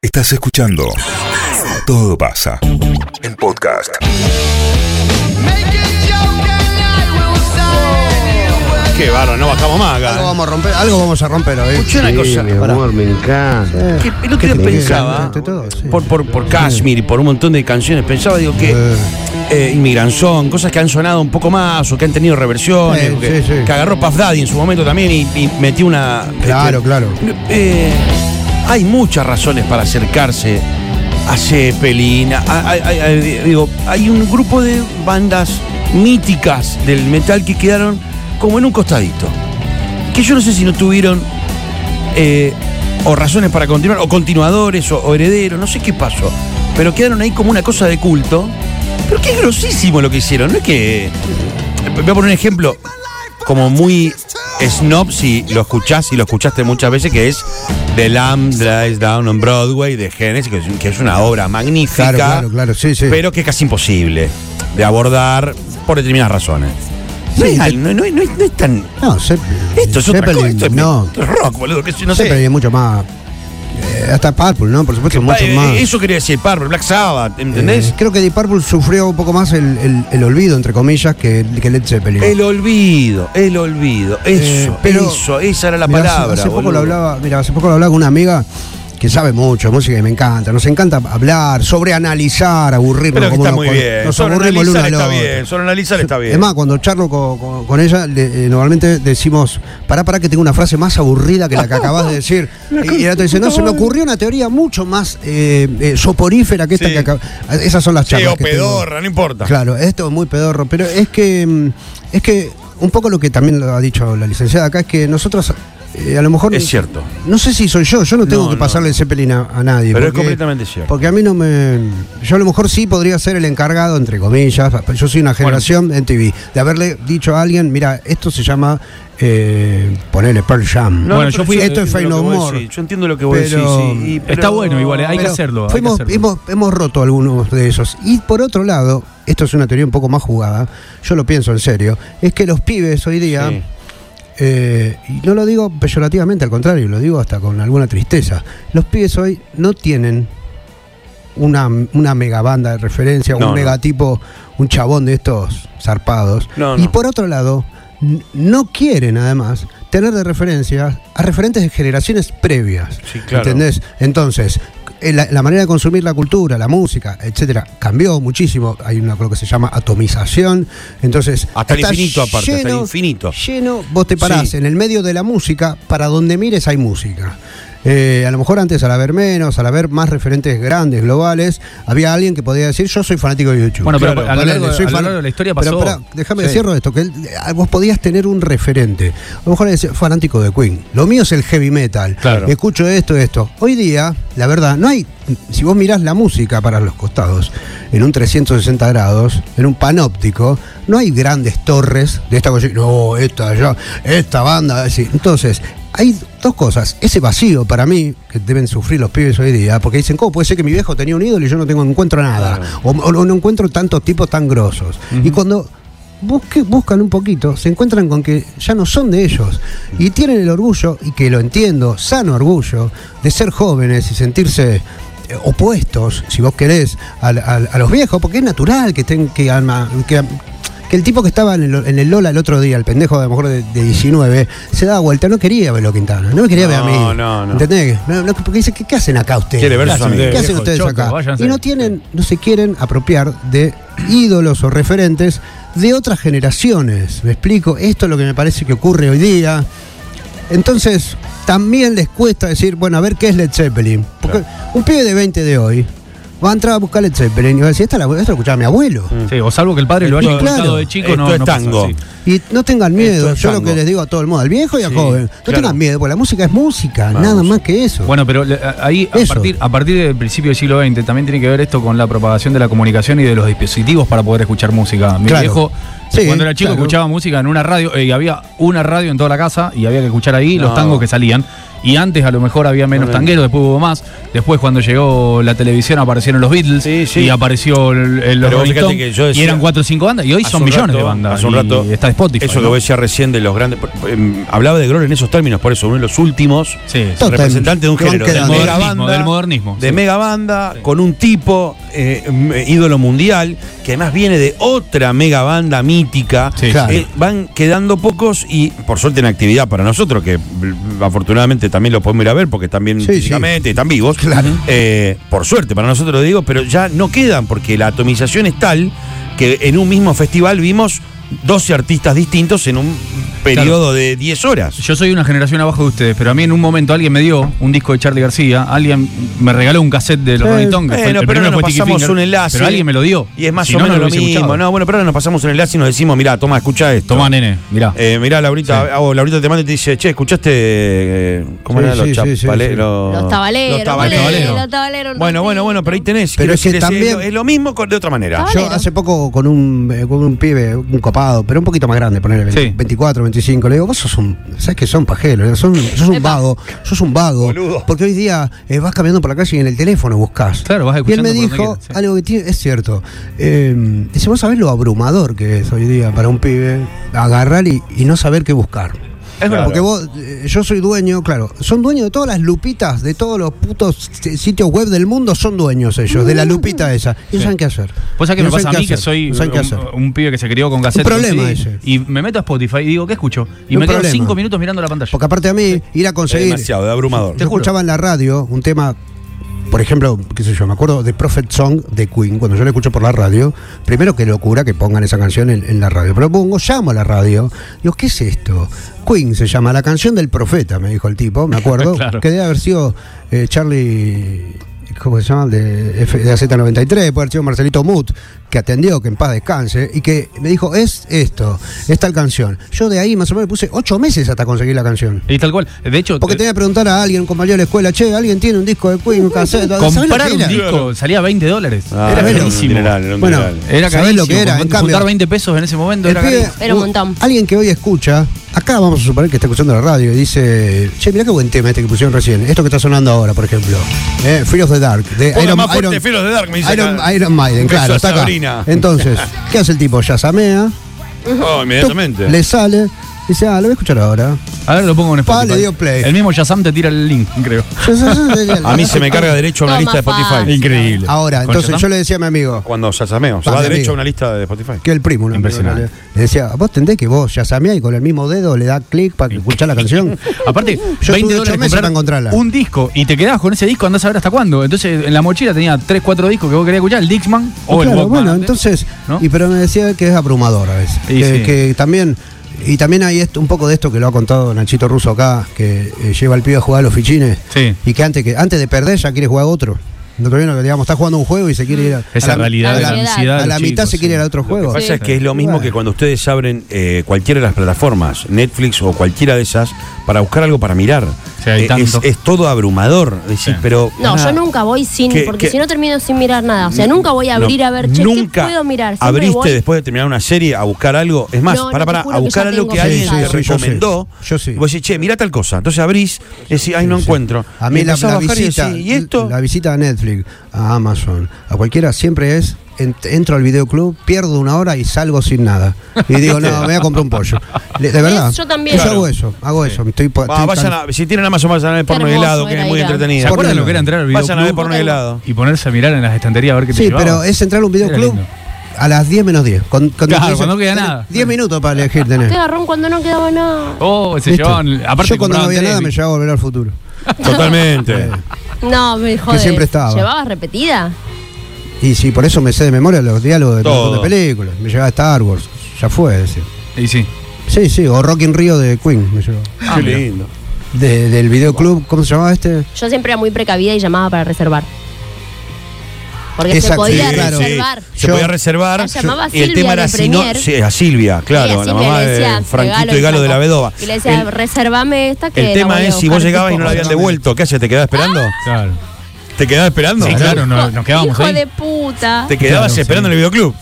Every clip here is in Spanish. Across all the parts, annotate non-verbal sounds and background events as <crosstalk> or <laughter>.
Estás escuchando Todo pasa en podcast. Qué barro, no bajamos más acá. Algo ¿eh? vamos a romper, algo vamos a romper hoy. Escuché una cosa. mi pará. amor, me encanta. Que el otro día te pensaba, encanta todo, sí. por, por, por Kashmir y por un montón de canciones, pensaba, digo, que eh, Inmigranzón, cosas que han sonado un poco más o que han tenido reversiones, Sí, o que, sí, sí. que agarró Puff Daddy en su momento también y, y metió una... este, Claro, claro. Eh, hay muchas razones para acercarse a Zeppelin. a- a- a- a- digo, hay un grupo de bandas míticas del metal que quedaron como en un costadito. Que yo no sé si no tuvieron eh, o razones para continuar, o continuadores, o, o herederos, no sé qué pasó. Pero quedaron ahí como una cosa de culto. Pero qué grosísimo lo que hicieron, no es que. eh, Voy a poner un ejemplo como muy snob si lo escuchás y lo escuchaste muchas veces, que es The Lamb Drives Down on Broadway de Genesis, que es, que es una obra magnífica, Claro, claro, claro, sí, sí. pero que es casi imposible de abordar por determinadas razones. No, Sí, es, al- no- no- no es- no es tan. no, Ze- Esto es otra Zeppelin, cosa, esto es, no. esto es rock, boludo, que no sé. Zeppelin es mucho más. eh, hasta Purple, ¿no? Por supuesto, mucho Eh, más. Eso quería decir Purple, Black Sabbath, ¿entendés? Eh, creo que Deep Purple sufrió un poco más el, el- el olvido, entre comillas, que, que Led Zeppelin. el olvido, el olvido, eso, Eh, pero- eso, esa era la Mirá, hace- palabra. Hace, poco lo boludo. hablaba, mira, hace poco lo hablaba con una amiga que sabe mucho de música y me encanta. Nos encanta hablar, sobreanalizar, aburrirnos. Pero que como está nos muy pon- bien. Nos Solo aburrimos el uno analizar al está otro. bien. Solo analizar está bien. Es más, cuando charlo con, con- con ella, le- eh, normalmente decimos, pará, pará, que tengo una frase más aburrida que <laughs> la que acabas de decir. y el otro dice, no, se me ocurrió una teoría mucho más eh, eh, soporífera que esta Sí. que acabas. Esas son las Sí, charlas. o que tengo. pedorra, no importa. Claro, esto es muy pedorro, pero es que mm, es que un poco lo que también lo ha dicho la licenciada acá es que nosotros eh, a lo mejor Es cierto. No sé si soy yo, yo no tengo No, que no. pasarle el Zeppelin a, a nadie. Pero es completamente cierto. Porque a mí no me yo a lo mejor sí podría ser el encargado entre comillas, yo soy una generación en TV de haberle dicho a alguien, mira, esto se llama eh, ponele Pearl Jam. No, no, Bueno, yo pero fui- esto es entiendo Faith lo No que vos More. decís, Yo entiendo lo que vos Pero- decís. sí, y- Está bueno igual, hay que Pero hacerlo, hay que fuimos- hacerlo. Hemos, hemos roto algunos de esos. Y por otro lado, esto es una teoría un poco más jugada, yo lo pienso en serio, es que los pibes hoy día, Sí. eh, y no lo digo peyorativamente, al contrario, lo digo hasta con alguna tristeza, los pibes hoy no tienen una, una mega banda de referencia, No, un no. megatipo, un chabón de estos zarpados. No, Y no. por otro lado, n- no quieren además tener de referencia a referentes de generaciones previas. Sí, claro. ¿Entendés? Entonces, eh, la, la manera de consumir la cultura, la música, etcétera, cambió muchísimo. Hay una lo que se llama atomización. Entonces, Hasta el está infinito aparte, hasta el infinito. Lleno, vos te parás Sí. en el medio de la música, para donde mires hay música. Eh, a lo mejor antes al haber menos, al haber más referentes grandes, globales, había alguien que podía decir yo soy fanático de YouTube. Bueno, pero a lo ponele, largo de- soy a lo fan- largo de la historia Pero, pasó. pará, déjame Sí. decirlo esto, que él- eh, vos podías tener un referente. A lo mejor decís fanático de Queen. Lo mío es el heavy metal. Claro. Escucho esto, esto. Hoy día, la verdad, no hay. Si vos mirás la música para los costados, en un 360 grados, en un panóptico, no hay grandes torres de esta cosa. No, esta, allá, esta banda. así. Entonces. Hay dos cosas. Ese vacío para mí que deben sufrir los pibes hoy día, porque dicen, ¿cómo puede ser que mi viejo tenía un ídolo y yo no tengo encuentro nada? O, o no encuentro tantos tipos tan grosos. Y cuando busque- buscan un poquito, se encuentran con que ya no son de ellos. Y tienen el orgullo, y que lo entiendo, sano orgullo, de ser jóvenes y sentirse eh, opuestos, si vos querés, al- al- a, los viejos, porque es natural que estén, que, ama- que, que el tipo que estaba en el, en el Lola el otro día, el pendejo de a lo mejor de, de 19, se daba vuelta, no quería verlo a Quintana, no me quería ver a mí. No, no, no. ¿Entendés? No, no, porque dice, ¿qué, qué hacen acá ustedes? Quiere ver ¿Qué sus hacen- amigos. ¿Qué hacen Viejo ustedes choto, acá? váyanse. Y no tienen, no se quieren apropiar de ídolos o referentes de otras generaciones. ¿Me explico? Esto es lo que me parece que ocurre hoy día. Entonces, también les cuesta decir, bueno, a ver qué es Led Zeppelin. Porque un pibe de 20 de hoy va a entrar a buscar Led Zeppelin y va a decir, esta la, esto lo escuchaba mi abuelo. Sí, o salvo que el padre lo haya Claro. escuchado de chico, no, Esto es no pasa tango. así. Y no tengan miedo, Esto es yo lo tango. que les digo a todo el mundo, al viejo y al Sí, joven, no claro. tengan miedo, porque la música es música, nada más que eso. Bueno, pero le- a- ahí a Eso. partir, a partir del principio del siglo XX también tiene que ver esto con la propagación de la comunicación y de los dispositivos para poder escuchar música. Mi Claro. viejo, Sí, cuando era chico, claro. escuchaba música en una radio eh, y había una radio en toda la casa y había que escuchar ahí los No. tangos que salían. y antes a lo mejor había menos Correcto. tangueros, después hubo más. Después cuando llegó la televisión aparecieron los Beatles Sí, sí. y apareció el, el- Pero los vos Rolling fíjate Stones, que yo decía- y eran cuatro o cinco bandas y hoy Hace son un millones rato, de bandas. hace un y rato, está Spotify. Eso ¿no? que decía recién de los grandes. em, hablaba de Grohl en esos términos, por eso, uno de los últimos Sí, sí. Totem. representantes de un Que van género. Del quedando. mega Modernismo, banda, del modernismo, De sí. mega banda, con un tipo, eh, em, eh, ídolo mundial, que además viene de otra mega banda mítica. Sí, Claro. Eh, van quedando pocos y por suerte en actividad para nosotros, que mm, afortunadamente también lo podemos ir a ver porque también Sí, sí. físicamente están vivos. Claro. Eh, por suerte para nosotros lo digo, pero ya no quedan porque la atomización es tal que en un mismo festival vimos 12 artistas distintos en un periodo de 10 horas. Yo soy una generación abajo de ustedes, pero a mí en un momento alguien me dio un disco de Charlie García, alguien me regaló un cassette de los Sí. Rolling Stones, que fue- Bueno, pero el primero ahora nos fue Sticky pasamos Finger, un enlace. Pero alguien me lo dio. Y es más Si o no, no menos lo lo hubiese mismo. escuchado. No, bueno, pero ahora nos pasamos un enlace y nos decimos, mirá, toma, escucha esto. Tomá, nene, mirá. Eh, mirá, Laurita, Sí. ah, vos, Laurita te manda y te dice, che, ¿escuchaste eh, cómo Sí, eran sí, los sí, sí, chapales? sí. Los, Los tabaleros, Los tabaleros. ponele, los tabaleros, Bueno, no bueno, sé. bueno, pero ahí tenés. quiero Pero es que decir, también- lo- es lo mismo con, de otra manera. Ah, Yo Valero. hace poco con un, eh, con un pibe, un copado, pero un poquito más grande, ponerle Sí. 24, 25, le digo, vos sos un, sabes que son pajeros, son, sos un Epa. vago, sos un vago. Boludo. Porque hoy día eh, vas caminando por la calle y en el teléfono buscas. Claro, vas Y él escuchando me por donde dijo quieras, sí. algo que tiene- es cierto. eh, dice, vos sabés lo abrumador que es hoy día para un pibe agarrar y, y no saber qué buscar. Es verdad. Porque vos, eh, yo soy dueño, claro, son dueños de todas las lupitas, de todos los putos si- sitios web del mundo, son dueños ellos, de la lupita esa. Y no saben qué hacer. Vos Y sabés que Pues me no saben pasa a qué mí que hacer, soy um, no saben qué hacer. un, un pibe que se crió con cassette. problema con CD, ese. Y me meto a Spotify y digo, ¿qué escucho? Y Un me quedo problema. cinco minutos mirando la pantalla. Porque aparte a mí, ir a Es conseguir. demasiado, de abrumador. Te Yo juro. escuchaba en la radio un tema, por ejemplo, qué sé yo, me acuerdo de Prophet Song de Queen, cuando yo lo escucho por la radio, primero que locura que pongan esa canción en, en la radio. Pero pongo, llamo a la radio, digo, ¿qué es esto? Queen se llama La canción del profeta, me dijo el tipo, me acuerdo, <laughs> Claro. que debe haber sido eh, Charlie. ¿Cómo se llama? El De, F- de AZ93, puede haber sido Marcelito Mut, que atendió, que en paz descanse, y que me dijo, es esto, es tal canción. Yo de ahí más o menos puse ocho meses hasta conseguir la canción. Y tal cual. De hecho, Porque eh, tenía que preguntar a alguien, un compañero de la escuela, che, alguien tiene un disco de Queen, un cassette. ¿Sabés lo que comprar un era? disco salía 20 dólares. Ah, era era un carísimo. dineral, era un Bueno, dineral. Era ¿Sabés carísimo. lo que era? En Juntar cambio, 20 pesos en ese momento el era pibe, carísimo. Era un montón. Alguien que hoy escucha, acá vamos a suponer que está escuchando la radio y dice, che, mirá qué buen tema este que pusieron recién. Esto que está sonando ahora, por ejemplo. Eh, Fear of the Dark. De Ponga Iron, más fuerte Iron- Fear of the Dark, me dice Iron- acá. Iron Maiden, Beso claro, a está acá. Sabrina. <laughs> Entonces, ¿qué hace el tipo? Yazamea, Oh, inmediatamente. le sale, dice, ah, lo voy a escuchar ahora. <laughs> A ver, lo pongo en Spotify. Pa, le dio play. El mismo Yazam te tira el link, <laughs> creo. A mí se me carga derecho a una Toma, lista de Spotify. fácil. Increíble. Ahora, Con entonces Shazam. yo le decía a mi amigo, Cuando Yasameo, se Para va mí. derecho a una lista de Spotify. Que el primo, un amigo, Impresionante. le- Le decía, vos entendés que vos yasameás y con el mismo dedo le da clic para escuchar la canción. Aparte, Yo 20 tuve ocho dólares meses comprar para encontrarla. un disco y te quedabas con ese disco, andás a ver hasta cuándo. Entonces, en la mochila tenía 3, 4 discos que vos querías escuchar, el Dixman <laughs> o el Ah, claro, Walkman. bueno, entonces, ¿no? y pero me decía que es abrumador a veces. Y que, sí. que también, y también hay esto, un poco de esto que lo ha contado Nachito Russo acá, que eh, lleva al pibe a jugar a los fichines. Sí. Y que antes que antes de perder ya quiere jugar a otro. No todavía no, digamos, está jugando un juego y se quiere ir a, Esa a la, realidad de a la la, ansiedad. a de la los mitad chicos, se quiere ir sí. a otro Lo que juego. pasa es que es lo mismo Bueno. que cuando ustedes abren eh, cualquiera de las plataformas, Netflix o cualquiera de esas, para buscar algo para mirar. Sí, hay Eh, es, tanto. es todo abrumador. Decís, Sí. pero. No, pará, yo nunca voy sin, Que- porque que- si no termino sin mirar nada. O sea, nunca voy a no, abrir a ver, che, nunca ¿qué puedo mirar? Siempre abriste voy- después de terminar una serie a buscar algo. Es más, No, no, para, te para, juro a que buscar ya algo tengo que alguien pensado. te Sí, sí, yo sé. recomendó. Yo sí. Y vos decís, che, mirá tal cosa. Entonces abrís, decís, ay, no Sí, sí. encuentro. A mí Y la, empezás la a bajar y visita, decís, y esto. la visita a Netflix, a Amazon, a cualquiera, siempre es, en- entro al videoclub, pierdo una hora y salgo sin nada. Y digo, no, me voy a comprar un pollo. Le- De verdad. Es- yo también. Yo Claro. hago eso, hago eso. Estoy, po- Va, estoy vayan tan- a- si tienen Amazon, vayan a ver porno Qué hermoso helado, que era es muy ir a- ¿Se entretenida. acuerdan Porno lo que era entrar al videoclub? Vayan a ver porno helado. y ponerse a mirar en las estanterías a ver qué te Sí, llevaba? pero es entrar a un videoclub lindo. a las 10 menos 10. Con, con- Claro, dicen, cuando no queda tenés nada. 10 minutos para elegir tener. Qué garrón cuando no quedaba nada. Oh, se ¿Viste? llevaban. Aparte, Yo cuando no compraban había tres, nada me llevaba a volver al futuro. Totalmente. No, me joder. siempre estaba. ¿Llevabas repetida? Y sí, por eso me sé de memoria los diálogos de Todo. todas las películas. Me llevaba Star Wars, ya fue. es decir. <laughs> Y sí. Sí, sí, o Rock in Rio de Queen me llevaba. Ah, Qué mira. lindo. De- del videoclub, ¿cómo se llamaba este? Yo siempre era muy precavida y llamaba para reservar. Porque se Exacto, podía sí, claro. reservar. Se Yo- podía reservar. La llamaba y el Silvia tema de era si no. Premier. sí, a Silvia, claro, Y así la le mamá decía, de Franquito "Regalo y Galo de la Franco". Bedova. Y le decía, El- reservame esta que El la voy tema a es si buscar vos llegabas y tipo". no la habían devuelto, ¿qué haces? ¿Te quedabas esperando? Ah. Claro. ¿Te quedabas esperando? Sí, claro, nos, nos quedamos Hijo ahí. de puta. Te quedabas Claro, esperando sí. en el videoclub.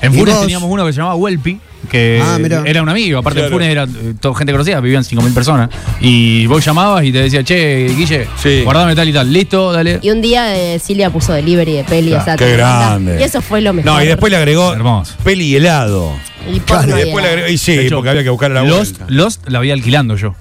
En Y Funes vos- teníamos uno que se llamaba Welpi, que Ah, mirá. era un amigo. Aparte, Claro. Funes era eh, to- gente conocida, vivían 5.000 personas. Y vos llamabas y te decía, che, Guille, Sí. guardame tal y tal. Listo, dale. Y un día eh, Silvia puso delivery de peli. Claro. o sea, Ah, Qué te mandás- grande. Y eso fue lo mejor. No, y después le agregó Hermoso. peli y helado. Y porno <laughs> Y había. después le agregó. Y sí, De hecho, porque había que buscar la Lost, vuelta. Lost la había alquilando yo.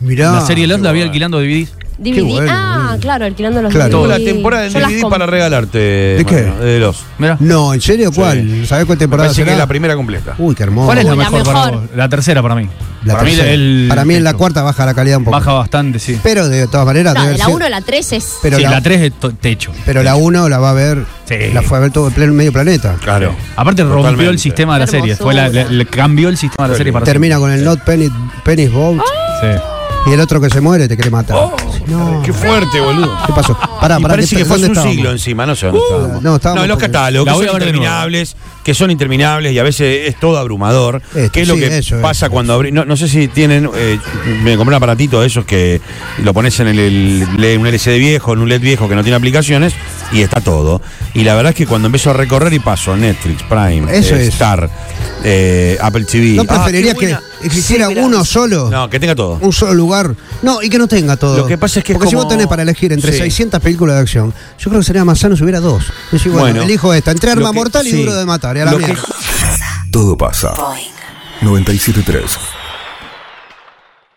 Mirá. la serie Lost la había alquilando DVDs. DVD. Qué bueno, ah, boludo. claro, alquilando los Claro. DVDs. Tengo la temporada en Yo las DVD comp- para regalarte. ¿De qué? Mariano, De Lost. Mirá. No, ¿en serio cuál? ¿Sabés cuál Me temporada parece que será? es la primera completa. Uy, qué hermoso. ¿Cuál es la, Uy, la mejor, para mejor. vos? La tercera para mí. La para, mí tercera. el- Para mí en la cuarta baja la calidad un poco. Baja bastante, sí. Pero de todas maneras, No, debe de la ser- 1 a la 3 es. pero Sí, la, la 3 es to- techo. pero la 1 la va a ver, Sí. la fue a ver todo el pleno medio planeta. Claro. Aparte rompió Totalmente. el sistema de la Qué serie. Fue la- la- hermosura. le cambió el sistema de la serie para Termina con el Not Penny, Penny's Boat siempre. y el otro que se muere te quiere matar. no, Oh, Qué ¿qué fuerte, boludo. pasó? Pará, Y pará, parece ¿qué- que fue hace dónde un estábamos? Uh, siglo encima, no sé dónde estábamos. no, estábamos en los porque- catálogos, La que voy son a ver de nuevo. interminables, que son interminables y a veces es todo abrumador. Esto, que es lo sí, que eso es. pasa cuando abrí. No, no sé si tienen. eh, me compré un aparatito de esos que lo pones en el, el- le- un LCD viejo, en un LED viejo que no tiene aplicaciones y está todo. Y la verdad es que cuando empiezo a recorrer y paso Netflix, Prime, Eso eh, es. Star, eh, Apple TV. ¿No Ah, preferirías qué que buena. existiera uno solo? No, que tenga todo. Un solo lugar. No, y que no tenga todo. Lo que pasa es que es Porque si como- vos tenés para elegir entre Sí. 600 películas de acción, yo creo que sería más sano si hubiera dos. Decir, bueno, Bueno. elijo esta, entre arma Lo que- mortal y sí. duro de matar. y a la Lo que- mierda. Todo pasa. 973.